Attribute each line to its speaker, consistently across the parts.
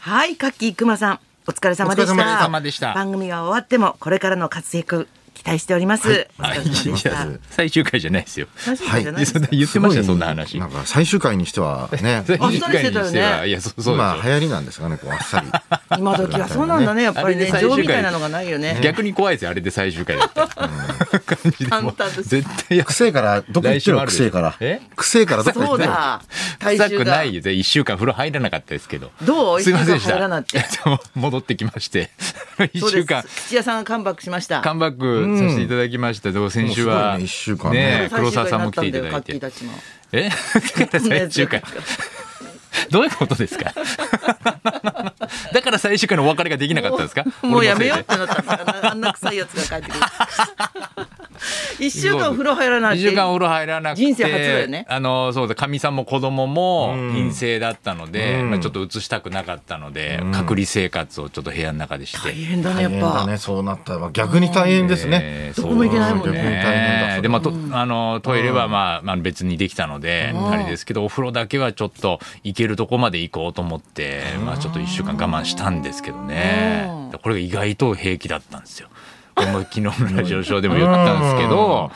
Speaker 1: はい、カッキーくまさん、お疲れ様でした。
Speaker 2: お疲れ様でした
Speaker 1: 番組が終わっても、これからの活躍、期待しております。
Speaker 2: はい
Speaker 1: お疲れ様でし
Speaker 3: いや
Speaker 1: た
Speaker 3: いや。
Speaker 2: 最終回じゃないですよ。
Speaker 1: 大丈夫じゃないです
Speaker 2: そん
Speaker 1: か
Speaker 2: な 言ってましたよ
Speaker 3: すご
Speaker 2: そ
Speaker 3: い
Speaker 2: んな話。、
Speaker 3: なんか最終回にしてはね
Speaker 2: 最
Speaker 1: あっ
Speaker 2: 終
Speaker 1: さりし
Speaker 2: 回
Speaker 1: て
Speaker 2: に
Speaker 1: たよね
Speaker 2: しては、いや、そうそう
Speaker 3: 今
Speaker 2: です
Speaker 3: 流
Speaker 2: よ。
Speaker 3: 行りなんですかね、こうあっ さり。
Speaker 1: 今時はそうなんだね、やっぱりね
Speaker 2: あれで、最終
Speaker 1: 情
Speaker 2: 回
Speaker 1: みたいなのがないよね。
Speaker 2: 逆に怖いですよ、あれで最終回だったら。感じでも
Speaker 1: 簡単です
Speaker 2: 絶対や
Speaker 3: 癖から、どこ行ってるの癖から。
Speaker 2: え
Speaker 3: 癖からどこ行
Speaker 1: そ
Speaker 3: っ
Speaker 1: う
Speaker 3: てるの
Speaker 1: だ。体
Speaker 2: 臭
Speaker 1: 重
Speaker 2: く
Speaker 1: が
Speaker 2: ない。よ。で一週間風呂入らなかったですけど。
Speaker 1: どう
Speaker 2: すいませんでし
Speaker 1: 一週間入ら
Speaker 2: た。
Speaker 1: なって
Speaker 2: 戻ってきまして。一
Speaker 1: そうです。
Speaker 2: 週間。
Speaker 1: 土屋さんがカムバックしました。
Speaker 2: カムバックさせていただきました。でも先週
Speaker 3: も
Speaker 2: は、
Speaker 3: うすごいね一週間ね
Speaker 2: ねえ
Speaker 1: 最
Speaker 2: 黒
Speaker 1: 終
Speaker 2: 沢
Speaker 1: 回
Speaker 2: さ
Speaker 1: に
Speaker 2: ん
Speaker 1: な
Speaker 2: も
Speaker 1: っ
Speaker 2: 来
Speaker 1: た
Speaker 2: て
Speaker 1: ん
Speaker 2: い
Speaker 1: だ
Speaker 2: た
Speaker 1: よ
Speaker 2: だい
Speaker 1: カッキー
Speaker 2: て。
Speaker 1: たちも。
Speaker 2: え 最終回。どういうことですか だから最終回のお別れができなかったんですか
Speaker 1: もうやめよう
Speaker 2: 俺
Speaker 1: っ
Speaker 2: のせ
Speaker 1: てなったんだからあんな臭いやつが 帰ってくる一週間風呂入らない
Speaker 2: い
Speaker 1: っ
Speaker 2: で一週間お
Speaker 1: て
Speaker 2: 風呂入らなくて
Speaker 1: 人生初だよね
Speaker 2: あのそうだかみさんも子供も陰性だったので、
Speaker 3: うん
Speaker 2: まあ、ちょっと移したくなかったので、隔離生活をちょっと部屋の中でして
Speaker 1: 大変だねやっ
Speaker 3: 大変だ
Speaker 1: ぱ、
Speaker 3: ね、そうなったら。逆に大変ですね。
Speaker 2: えー
Speaker 1: どこも行けないもんね
Speaker 2: そうです
Speaker 3: 逆に大変だそれ
Speaker 2: でまあとあのトイレはまあまあ別にできたので、あれですけどお風呂だけはちょっと行けるとこまで行こうと思って、まあちょっと一週間我慢したんですけどね。これが意外と平気だったんですよ。この昨日のラジオショーでも言ったんですけど、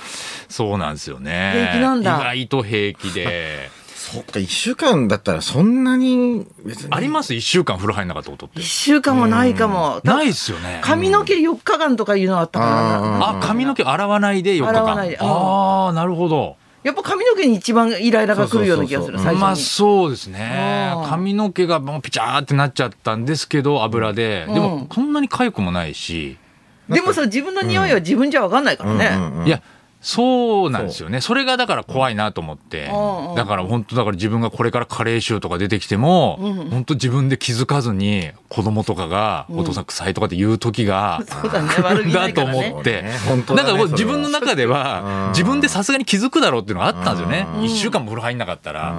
Speaker 2: そうなんですよね。
Speaker 1: 平気なんだ
Speaker 2: 意外と平気 で。
Speaker 3: そっか、一週間だったらそんなに、別に。
Speaker 2: あります一週間風呂入んなかったことって
Speaker 1: 一。週間もないかも、
Speaker 2: ないですよね。
Speaker 1: 髪の毛4日間とかいうのあったからな、
Speaker 3: うん
Speaker 2: あ、髪の毛洗わないで4日
Speaker 1: 洗わ
Speaker 2: 間。
Speaker 1: ないでうん
Speaker 2: ああ、なるほど。
Speaker 1: やっぱ髪の毛に一番イライラが来るような気がする
Speaker 3: そう
Speaker 1: 最
Speaker 2: まあ
Speaker 1: 初に
Speaker 2: そうですね
Speaker 1: うん
Speaker 2: 髪の毛がもうピチャーってなっちゃったんですけど油でで
Speaker 1: うん
Speaker 2: もそんなに痒くもないし、
Speaker 1: でもさ自分の匂いは自分じゃ分かんないからね、
Speaker 3: うんうんうん
Speaker 2: いやそうなんですよねそれがだから怖いなと思って、
Speaker 1: うんうん
Speaker 2: だから本当だから自分がこれから加齢臭とか出てきても、本当自分で気づかずに子供とかが「お父さん臭い」とかって言う時が。
Speaker 1: そうだね悪気な
Speaker 2: だ
Speaker 1: い
Speaker 2: と
Speaker 1: から
Speaker 2: 思
Speaker 1: ね
Speaker 2: って、
Speaker 3: 本当
Speaker 2: だ
Speaker 3: だね
Speaker 2: からも
Speaker 3: そ
Speaker 2: う
Speaker 3: れは
Speaker 2: 自分の中で
Speaker 3: うん
Speaker 2: は自分でさすがに気づくだろうっていうのがあったんですよね
Speaker 3: う
Speaker 2: 1週間も風呂入んなかったら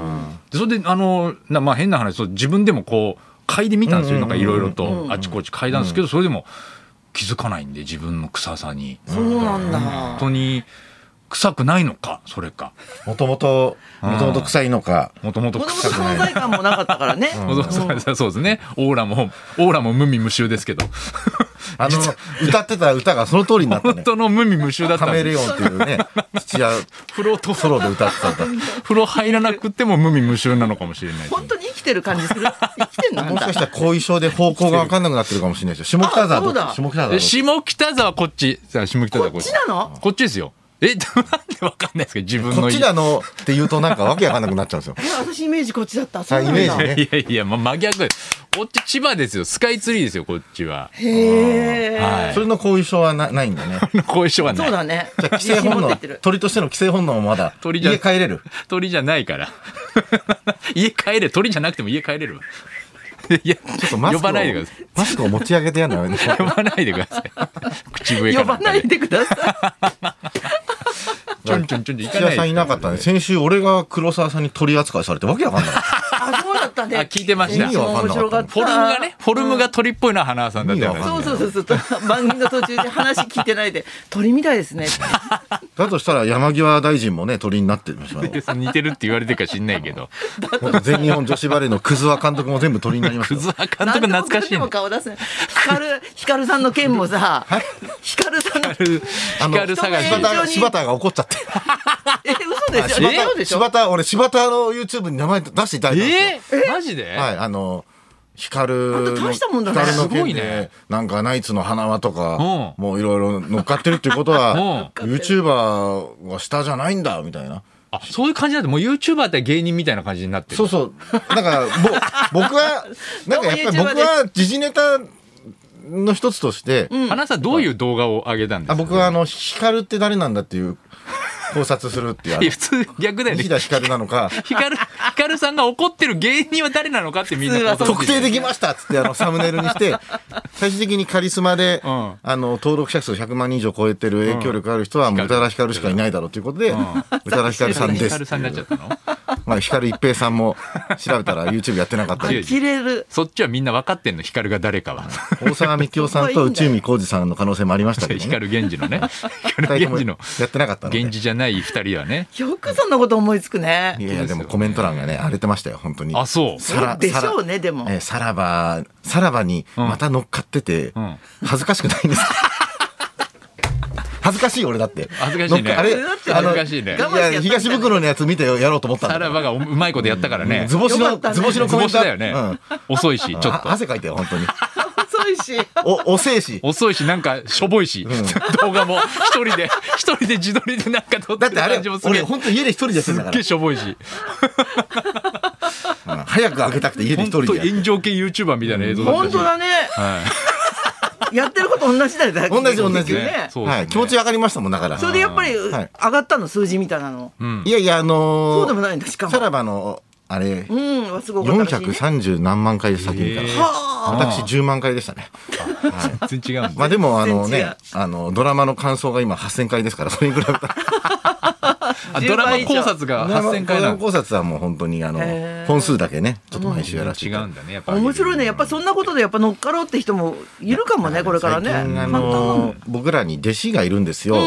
Speaker 2: でそれであのなまあ変な話そう自分でもこう嗅いでみたんです
Speaker 3: う
Speaker 2: よ
Speaker 3: ん
Speaker 2: な
Speaker 3: うんん
Speaker 2: かいろいろとあちこち嗅いだんですけどそれでも気づかないんで自分の臭さに
Speaker 1: そうなんだ、
Speaker 2: 本当に臭くないのかそれか
Speaker 3: もともと、もともと臭いのか。
Speaker 2: もともと
Speaker 1: もとも
Speaker 2: 臭
Speaker 1: と
Speaker 2: くない
Speaker 1: 存在感もなかったからね、
Speaker 2: もともと そうそうですねオーラもオーラも無味無臭ですけど
Speaker 3: あの、歌ってた歌がその通りになった
Speaker 2: 本
Speaker 3: ね。
Speaker 2: 当の無味無臭だった
Speaker 3: カ
Speaker 2: ん
Speaker 3: メ
Speaker 2: です
Speaker 3: レオンっていう ね、土屋
Speaker 2: 風呂と
Speaker 3: ソロで歌ってたんだ。
Speaker 2: 風呂入らなくても無味無臭なのかもしれない
Speaker 1: 本当に生きてる感じする生きてんのあん
Speaker 3: もしたかしたら後遺症で方向が分かんなくなってるかもしれないですよ。下北沢どっち
Speaker 1: あそう
Speaker 3: 下北沢ど
Speaker 2: え
Speaker 3: っち
Speaker 2: 下北沢こっちさあ下北沢
Speaker 1: こっちなの
Speaker 2: こっちですよえ なんでわかんないですか自分の
Speaker 3: こっちなのって言うとなんかわけわかんなくなっちゃ うんですよ。
Speaker 1: え私イメージこっちだったそう
Speaker 3: あ
Speaker 1: な
Speaker 3: イ
Speaker 1: ん
Speaker 3: メー
Speaker 1: だ
Speaker 3: ジね。
Speaker 2: いやいや、まあ、真逆こっち千葉ですよスカイツリーですよこっちは
Speaker 1: へえ、
Speaker 2: はい
Speaker 3: それの後遺症はなないんだね。
Speaker 2: 後遺症はな
Speaker 1: そう
Speaker 2: い
Speaker 1: だね
Speaker 3: じゃあ、規制本
Speaker 1: 自信持って言
Speaker 3: 能
Speaker 1: ってる、
Speaker 3: 鳥としての規制本能もまだ、
Speaker 2: 鳥
Speaker 3: 家
Speaker 2: じゃ
Speaker 3: 帰れる。
Speaker 2: 鳥じゃないから 家帰れ鳥じゃなくても家帰れるわ いや
Speaker 3: ちょっとマスクを、
Speaker 2: 呼ばないでください
Speaker 3: マスクを持ち上げてやんのよ ね。
Speaker 2: 呼ばないでくださ い口笛か
Speaker 1: 呼
Speaker 2: な
Speaker 1: ば
Speaker 2: んか
Speaker 1: ない
Speaker 2: で
Speaker 1: でください
Speaker 2: ちょんちょんちょんちょん行か
Speaker 3: 土
Speaker 2: な
Speaker 3: 屋
Speaker 2: い
Speaker 3: さんいなかったね。先週俺が黒沢さんに鳥扱いされてわけわかんない。
Speaker 1: あ、そうだったね。
Speaker 2: あ聞いてました
Speaker 1: 一番面白かった。
Speaker 2: フォルムがねフォルムが鳥っぽいのは花さんだったよね
Speaker 3: 意味わかんない
Speaker 1: そうそうそうそう。番組の途中で話聞いてないで、鳥みたいですね。
Speaker 3: だとしたら山際大臣もね、鳥になってました よ。
Speaker 2: 似てるって言われてるか知んないけど
Speaker 3: ほんと全日本女子バレーのクズワ監督も全部鳥になりました
Speaker 2: ク
Speaker 3: よ。
Speaker 2: ズは監督懐か
Speaker 1: 何
Speaker 2: しい
Speaker 1: でも
Speaker 2: ね
Speaker 1: 顔出すね。ヒカル、ヒカルさんの件もさ、ヒカルさんの、え、
Speaker 3: あの
Speaker 2: 光探し
Speaker 3: 柴
Speaker 1: 人の
Speaker 3: 田、柴田が怒っちゃって。
Speaker 1: 嘘でしょ
Speaker 3: 柴
Speaker 1: 嘘
Speaker 3: 田、
Speaker 1: でしょ
Speaker 3: 柴田、俺柴田の YouTube に名前出していただいたんですよ。
Speaker 2: えー、マジで、
Speaker 3: はい、あの、光の
Speaker 1: あんた大したもんだね
Speaker 3: 光の
Speaker 2: すご
Speaker 3: 件
Speaker 2: い
Speaker 3: で
Speaker 2: ね、
Speaker 3: なんかナイツの花輪とか、
Speaker 2: う
Speaker 3: もういろいろ乗っかってるっていうことは、
Speaker 1: ん
Speaker 3: YouTuber は下じゃないんだ、みたいな。
Speaker 2: あそういう感じなんだもう YouTuber って芸人みたいな感じになってる
Speaker 3: そうそう。なんか、ぼ、僕は、なんかやっぱり
Speaker 1: どうも YouTuber
Speaker 3: 僕は時事ネタの一つとして、
Speaker 2: 花さんどういう動画を上げたんですか
Speaker 3: あ僕はあの、光って誰なんだっていう考察するっていうあ
Speaker 2: い
Speaker 3: の
Speaker 2: や、普通逆だよね
Speaker 3: 西田光なのか、
Speaker 2: ヒカルヒカルさんが怒ってる芸人は誰なのかってみん
Speaker 1: 普通
Speaker 2: な
Speaker 1: はそう
Speaker 3: 特定で
Speaker 2: き
Speaker 3: きましたっつってあのサムネイルに して、最終的にカリスマで、
Speaker 2: うん
Speaker 3: あの、登録者数100万人以上超えてる影響力ある人は、もう宇多田ヒカルしかいないだろうということで、宇多田ヒカルさんで
Speaker 2: ヒ
Speaker 3: すって
Speaker 2: カル
Speaker 3: いう。
Speaker 2: さんになっちゃったの
Speaker 3: まあ、ヒカル一平さんも調べたら YouTube やってなかったり、
Speaker 2: 違う
Speaker 1: 切れる。
Speaker 2: そっちはみんな分かってんのヒカルが誰かは
Speaker 3: 大沢みきおさんと内海浩二さんの可能性もありましたけど
Speaker 2: ヒ
Speaker 3: ね
Speaker 2: カ。ル源氏のねヒカル
Speaker 3: 二人とも
Speaker 2: 源氏
Speaker 3: や
Speaker 2: の
Speaker 3: ってなかったので。
Speaker 2: 源氏じゃない二人はね
Speaker 1: よくそんなこと思いつく
Speaker 3: い
Speaker 1: ね。
Speaker 3: やいや、でもコメント欄がね、荒れてましたよ、本当に。
Speaker 2: あそう
Speaker 3: さら
Speaker 1: でしょうねでも
Speaker 3: えーさらば、さらばにまた乗っかってて、
Speaker 2: ん
Speaker 3: 恥ずかしくないんですか 恥ずかしい俺だって
Speaker 2: 恥ずかしいね
Speaker 3: 乗っかあれ
Speaker 2: 恥ずかしいね
Speaker 3: あのや東袋のやつ見てやろうと思ったんだ
Speaker 2: さらばがうまいことやったからね。
Speaker 3: 図星
Speaker 1: よか
Speaker 3: の、
Speaker 1: ったね
Speaker 3: 図星の
Speaker 2: 図
Speaker 3: コメン
Speaker 2: 星
Speaker 3: ト
Speaker 2: だよね
Speaker 3: うん。
Speaker 2: 遅いし、ちょっ
Speaker 3: あ
Speaker 2: と。
Speaker 3: 汗かいてよ本当に
Speaker 1: 遅いし。
Speaker 3: おおせえし
Speaker 2: 遅いし、なんか、しょぼいし、 動画も、一人で、一人で自撮りでなんか撮っ
Speaker 3: だ
Speaker 2: て
Speaker 3: っ
Speaker 2: る
Speaker 3: てあれ
Speaker 2: 感じもす
Speaker 3: 俺
Speaker 2: る。
Speaker 3: 本当家で一人でやってん
Speaker 2: す
Speaker 3: だ
Speaker 2: っ
Speaker 3: か
Speaker 2: げえしょぼいし。
Speaker 3: ら、うん早く開けたくて家で一人
Speaker 2: 本当
Speaker 3: でやって
Speaker 2: 炎上系 YouTuber みたいな映像だった
Speaker 1: 本
Speaker 2: し
Speaker 1: 当だね。やってること同じだよ。だ
Speaker 3: 同じ同じ
Speaker 1: 結局
Speaker 2: ね
Speaker 1: ね。
Speaker 2: そうです
Speaker 3: はい、気持ち上がりましたもんだから
Speaker 1: それでやっぱり上
Speaker 3: はい
Speaker 1: がったの数字みたいなの。
Speaker 3: いやいやあ
Speaker 1: そ
Speaker 3: の
Speaker 1: うでも
Speaker 3: ー
Speaker 1: ないんだしか
Speaker 3: さら
Speaker 1: も。
Speaker 3: ばのあれ
Speaker 1: うん、はすごかったらしいね。
Speaker 3: 430何万回先みたい
Speaker 2: へ
Speaker 3: な
Speaker 2: え
Speaker 1: はあ。
Speaker 3: 私10万回でしたね
Speaker 2: 全然違うんだ
Speaker 3: まあでもあの
Speaker 1: 全然違
Speaker 3: ね
Speaker 1: う
Speaker 3: あのドラマの感想が今8000回ですからそれに比べ たら
Speaker 2: あ
Speaker 1: 10
Speaker 2: ドラマ
Speaker 1: 倍以上
Speaker 2: 考察が8000回
Speaker 3: ドラ
Speaker 2: な
Speaker 3: マ
Speaker 2: の
Speaker 3: 考察はもう本当にあの
Speaker 1: へえ
Speaker 3: 本数だけねちょっと毎週やらせて
Speaker 2: 違
Speaker 3: いただ
Speaker 2: う
Speaker 3: いて
Speaker 2: んだねやっぱ
Speaker 1: 面白いね。やっぱそんなことでやっぱ乗っかろうって人もいるかもね、これからね。
Speaker 3: 最近あ
Speaker 1: 簡単な
Speaker 3: の
Speaker 1: の
Speaker 3: 僕らに弟子がいるんですよ、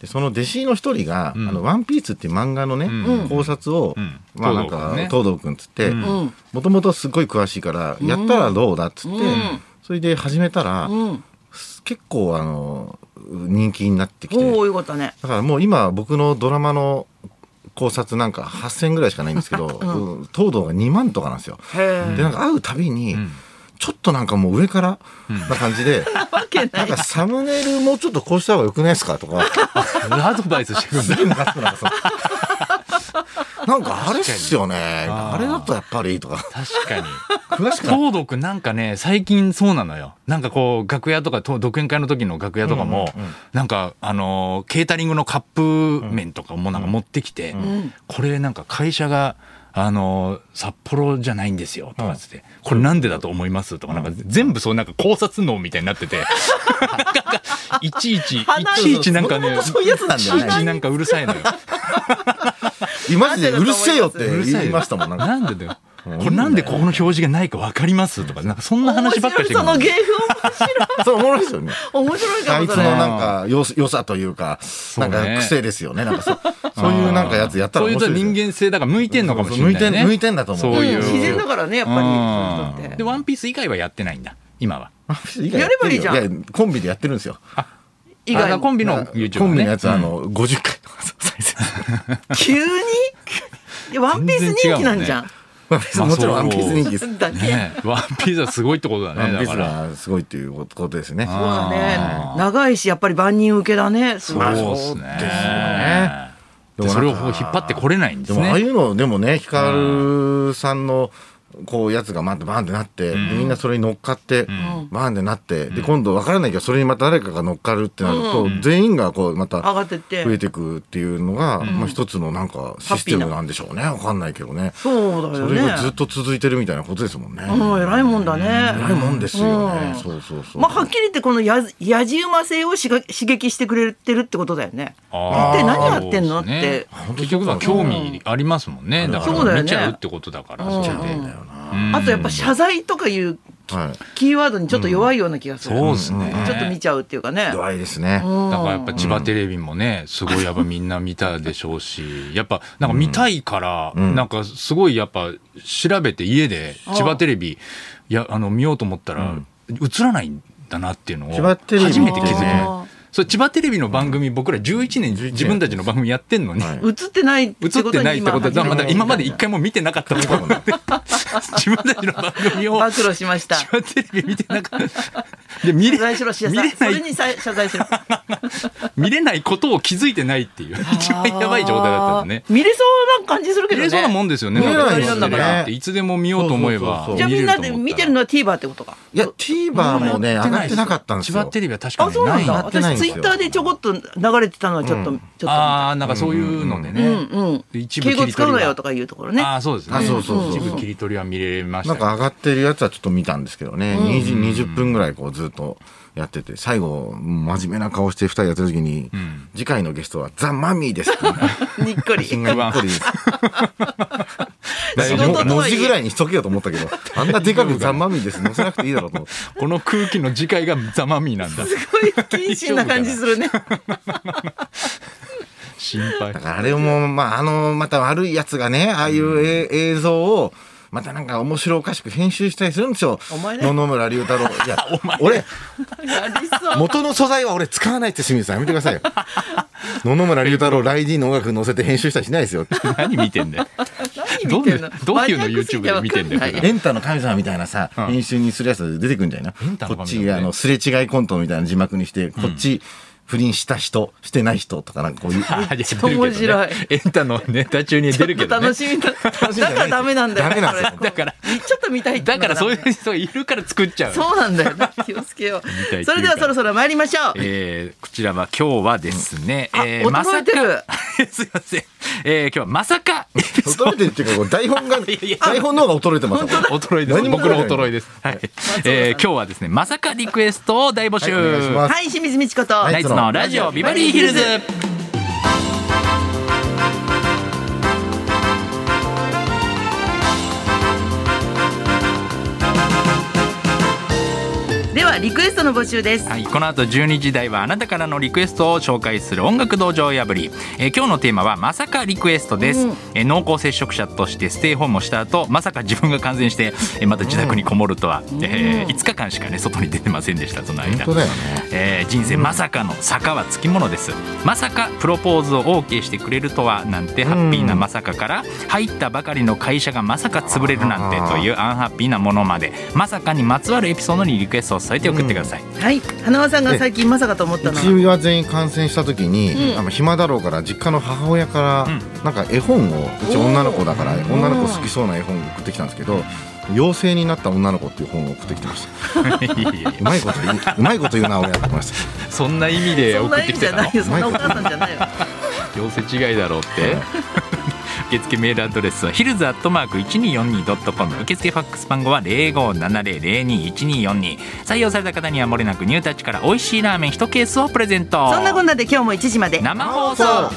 Speaker 3: でその弟子の一人が「あのワンピースっていう漫画のね、考察を、
Speaker 2: ん
Speaker 3: まあなんか東堂君っつって
Speaker 1: ん
Speaker 3: もともとすごい詳しいから、やったらどうだっつって、それで始めたら、
Speaker 1: うん。
Speaker 3: 結構あの人気になってきて
Speaker 1: お
Speaker 3: だ
Speaker 1: お、よかったね。
Speaker 3: からもう今僕のドラマの考察なんか8,000ぐらいしかないんですけど、 うん東堂が2万とかなんですよ。
Speaker 1: へ
Speaker 3: でなんか会うたびに、
Speaker 2: ん
Speaker 3: ちょっとなんかもう上からな感じで。
Speaker 1: え。わけな
Speaker 3: ないん。かサムネイルもうちょっとこうした方がよくないですかと か、
Speaker 2: アドバイスしてくるん
Speaker 3: す
Speaker 2: だ
Speaker 3: げえムカつくなんかそうなんかあれっすよね。
Speaker 2: あー
Speaker 3: あれだとやっぱりとか。
Speaker 2: 確かに
Speaker 3: 詳しくない。
Speaker 2: 東堂くんなんかね最近そうなのよなんかこう楽屋とかと独演会の時の楽屋とかも、なんかあのーケータリングのカップ麺とかもなんか持ってきて、これなんか会社があのー札幌じゃないんですよとかっつって、これなんでだと思いますとかなんか全部そうなんか考察能みたいになっててなんかいちいちいちいちなんかね
Speaker 3: 元々そういうやつなんだよね
Speaker 2: いちいちなんかうるさいのよ
Speaker 3: マジでうるせえよって
Speaker 2: うるさ
Speaker 3: 言
Speaker 2: い
Speaker 3: い
Speaker 2: よ
Speaker 3: ましたもん。なん か
Speaker 2: なんでだよ。これなんでここの表示がないかわかりますとか、なんかそんな話ばっかりしてく
Speaker 1: 面白いそ
Speaker 2: る
Speaker 1: の芸
Speaker 3: そう、おもろいですよね。
Speaker 1: 風面白いか
Speaker 3: あ
Speaker 1: も
Speaker 3: いつ
Speaker 1: そ
Speaker 3: の
Speaker 1: れ。
Speaker 3: なんかよ良さというか、
Speaker 2: う
Speaker 3: な
Speaker 2: ね
Speaker 3: んか癖ですよね。なんかそうそういうなんかやつやったら
Speaker 2: そうい
Speaker 3: 面
Speaker 2: う
Speaker 3: 白いですよ
Speaker 2: 人間性だから向いてんのかもしれない、ね。
Speaker 3: そうそう向いてん向いてんだと思う
Speaker 2: そう
Speaker 1: うん
Speaker 2: いう。
Speaker 1: 自然だからね、やっぱり
Speaker 2: うん
Speaker 1: そういう人って
Speaker 2: で、。ワンピース以外はやってないんだ。今は。
Speaker 3: 以外
Speaker 1: やればいいじゃん
Speaker 3: ややコンビでやってるんですよ。
Speaker 1: 以外
Speaker 2: あコンビの
Speaker 3: コ
Speaker 2: YouTube ね。
Speaker 3: ンビのやつはあの50回とか 再生。
Speaker 1: 急に いやワンピース人気なんじゃん。
Speaker 3: ワンピースもちろんワンピース人気です。
Speaker 1: だけ。
Speaker 2: ねワンピースはすごいってことだ
Speaker 3: ワ
Speaker 2: ね。
Speaker 3: ンピ
Speaker 2: だ
Speaker 3: ース
Speaker 2: から。
Speaker 3: はすごいっていうことですね。
Speaker 1: そうだ
Speaker 2: あ
Speaker 1: ね。長いし、やっぱり万人受けだね。すごい。
Speaker 2: そうで
Speaker 3: そう
Speaker 2: すね。
Speaker 3: ですね
Speaker 2: でそれをこう引っ張ってこれないんで
Speaker 3: ですもああい
Speaker 2: ね。
Speaker 3: うのでもねヒカルさんのこうやつがバーンってバーンってなって、でみんなそれに乗っかって、バーンってなって、で今度わからないけどそれにまた誰かが乗っかるってなると、全員がこうまた
Speaker 1: 上がってって
Speaker 3: 増えてくっていうのが、まあ、一つのなんかシステムなんでしょうねわかんないけどね
Speaker 1: そうだよ
Speaker 3: そ
Speaker 1: ね。
Speaker 3: れがずっと続いてるみたいなことですもんね、
Speaker 1: うん、偉いもんだね。
Speaker 3: 偉いもんですよね、
Speaker 1: うん
Speaker 3: そうそうそう、
Speaker 1: まあ、はっきり言って、このや、やじ馬性をしが刺激してくれてるってことだよね。
Speaker 2: あ
Speaker 1: 一
Speaker 2: ー
Speaker 1: 体何やってんのって
Speaker 2: そうですね結局は興味ありますもんね。だか
Speaker 1: そうだよ
Speaker 2: ら
Speaker 1: ね
Speaker 2: 見ちゃうってことだから。それで
Speaker 3: だよな、
Speaker 1: あと、やっぱ謝罪とかいう
Speaker 3: はい
Speaker 1: キーワードにちょっと弱いような気がする。
Speaker 2: そうですね。
Speaker 1: ちょっと見ちゃうっていうかね。
Speaker 3: 弱いですね、
Speaker 2: だからやっぱ千葉テレビもね、すごいやっぱみんな見たでしょうし、 やっぱなんか見たいから、なんかすごいやっぱ調べて家で千葉テレビ、いや、あの見ようと思ったら映らないんだなっていうのを
Speaker 3: 千葉テレビって
Speaker 2: 初めて気づき
Speaker 1: ね
Speaker 2: ましたそれ千葉テレビの番組僕ら11年自分たちの番組やってんのに、
Speaker 3: はい
Speaker 1: 映ってないってこ
Speaker 2: 映
Speaker 1: と
Speaker 2: ってないってことは、だからまだ今まで一
Speaker 1: 回
Speaker 2: 回も見てなかったもんね 自分たちの番組を
Speaker 1: 暴露しました
Speaker 2: 千葉テレビ見てなか った。で、 見れ
Speaker 1: 謝罪しろ謝
Speaker 2: 見
Speaker 1: 罪
Speaker 2: れ
Speaker 1: そ
Speaker 2: な
Speaker 1: れ
Speaker 2: い
Speaker 1: にさ謝罪しろ
Speaker 2: 見れないことを気づいてないっていう、 一番やばい状態だったんだね
Speaker 1: あ。ー見れそうな感じするけど
Speaker 2: 見
Speaker 1: ね
Speaker 2: れそうなもんですよね。
Speaker 3: 見れない
Speaker 1: ですよね
Speaker 2: なんかだっていつでも見ようと思えば
Speaker 3: そうそうそうそう
Speaker 1: じゃあみんなで
Speaker 2: れと思ったら
Speaker 1: 見てるのは TVer ってことか
Speaker 3: いや TVer もね上がってなかったんですよ
Speaker 2: 千葉テレビは確か
Speaker 1: あ
Speaker 2: に
Speaker 1: そうなんだ
Speaker 2: ない。
Speaker 3: ってな
Speaker 1: 私
Speaker 3: いんです
Speaker 1: ツイ
Speaker 3: よ
Speaker 1: ッターでちょこっと流れてたのはちょっと、ちょっと
Speaker 2: ああ、なんかそういうのでね。
Speaker 1: うんうん
Speaker 2: で一部
Speaker 1: 敬語使うなよと
Speaker 2: か
Speaker 1: かいうところね
Speaker 2: ああ、そうですね。
Speaker 3: あそうそうそう
Speaker 2: 一部切り取りは見れまし
Speaker 3: な
Speaker 2: た
Speaker 3: んか
Speaker 2: ね。
Speaker 3: 上がってるやつはちょっと見たんですけどね、20, 20分ぐらいこうずっとやってて最後真面目な顔して2人やってる時に、次回のゲストは「ザ・マミーですっていうね」
Speaker 1: にっこり
Speaker 3: 品がびっこり
Speaker 1: 事
Speaker 2: 仕
Speaker 1: とはいえ
Speaker 3: 文字ぐらいにしとけよと思ったけどあんなでかく「ザ・マミーです載せなくていいだろうと思って
Speaker 2: この空気の次回がザマミーなん だ。
Speaker 1: すごい不謹慎な感じする ね
Speaker 2: 心配
Speaker 3: だ。からあれもまああのまた悪いやつがねああいうえ映像をまたなんか面白おかしく編集したりするんですよ
Speaker 1: お前ね
Speaker 3: 野々村龍 太郎いや俺
Speaker 1: やりそう。
Speaker 3: 元の素材は俺使わないって清水さんやめてくださいよ野々村龍太郎ライディーンの音楽載せて編集したりしないですよ
Speaker 2: 何見てん だよ。
Speaker 1: 何見てんの
Speaker 2: どういうどういうの
Speaker 1: マニアックすぎて
Speaker 2: YouTube で見てんだよ
Speaker 1: わかない
Speaker 3: エンタの神様みたいなさ、
Speaker 2: ん
Speaker 3: 編集にするやつ出てくんじゃない
Speaker 2: ンタ
Speaker 3: な
Speaker 2: の神様ね
Speaker 3: こっちがあのすれ違いコントみたいな字幕にして、こっち不倫した人してない人とかなんかこういう
Speaker 1: 面白い
Speaker 2: エンタのネタ中に出るけどね
Speaker 1: 楽。しみだ。だからダメなんだよ。
Speaker 3: ダメなんですよ
Speaker 1: これ
Speaker 2: だから、
Speaker 1: ちょっと見たいって
Speaker 2: だ
Speaker 1: のが
Speaker 2: からそうい
Speaker 1: ダメ
Speaker 2: う人いるから作っちゃう。
Speaker 1: そうなんだよね。 気をつけよ。
Speaker 2: たいうっていうか
Speaker 1: それではそろそろ参りましょう。
Speaker 2: えーこちらは今日はですね、
Speaker 1: あ
Speaker 2: えーま
Speaker 1: 驚
Speaker 2: さ
Speaker 1: いてる
Speaker 2: か、 すいません、えー今日はま さか、
Speaker 3: 衰えてるっていうかこう台本が
Speaker 2: いや
Speaker 3: 台本の方が衰えてますよ
Speaker 2: 衰えです。
Speaker 3: 何も
Speaker 2: 僕の衰えです。はい。えー今日はですね、まさかリクエストを大募集。
Speaker 3: はいお願いします
Speaker 1: はい、清水美智子と。
Speaker 3: は
Speaker 2: ナ
Speaker 3: い
Speaker 2: イツのラジオビバリーヒルズ。
Speaker 1: ではリクエストの募集です。
Speaker 2: はい、この後12時台はあなたからのリクエストを紹介する音楽道場破り、えー今日のテーマはまさかリクエストです、
Speaker 1: うん
Speaker 2: えー濃厚接触者としてステイホームをした後まさか自分が感染して、えーまた自宅にこもるとは、えー5日間しかね外に出てませんでしたその間
Speaker 3: 本当だよね
Speaker 2: えー人生まさかの坂はつきものですまさかプロポーズを OK してくれるとはなんてハッピーなまさかから入ったばかりの会社がまさか潰れるなんてというアンハッピーなものまでまさかにまつわるエピソードにリクエストを添えて送ってください、
Speaker 1: はい、花輪さんが最近まさかと思った
Speaker 3: う
Speaker 1: の
Speaker 3: ち
Speaker 1: は。
Speaker 3: は全員感染した時に、
Speaker 1: うん
Speaker 3: あの暇だろうから実家の母親から、
Speaker 2: う
Speaker 3: なんか絵本をうち女の子だから
Speaker 1: おー
Speaker 3: 女の子好きそうな絵本を送ってきたんですけど「妖精になった女の子」っていう本を送ってきてました
Speaker 2: いやいや
Speaker 3: うまいこと言ううまいこと言うな俺はと思いました
Speaker 2: そんな意味で
Speaker 1: そん
Speaker 2: 送
Speaker 1: な
Speaker 2: っ
Speaker 1: 意
Speaker 2: て
Speaker 1: 味
Speaker 2: き
Speaker 1: じ
Speaker 2: て
Speaker 1: ゃ
Speaker 2: た
Speaker 1: な
Speaker 2: の
Speaker 1: いよ。そんなお母さんじゃないよ。
Speaker 2: 陽性違いだろうって 受付メールアドレスはヒルズアットマーク 1242.com 受付ファックス番号は0570021242採用された方にはもれなくニュータッチから美味しいラーメン1ケースをプレゼント
Speaker 1: そんなこんなで今日も1時まで。
Speaker 2: 生放送
Speaker 3: 放送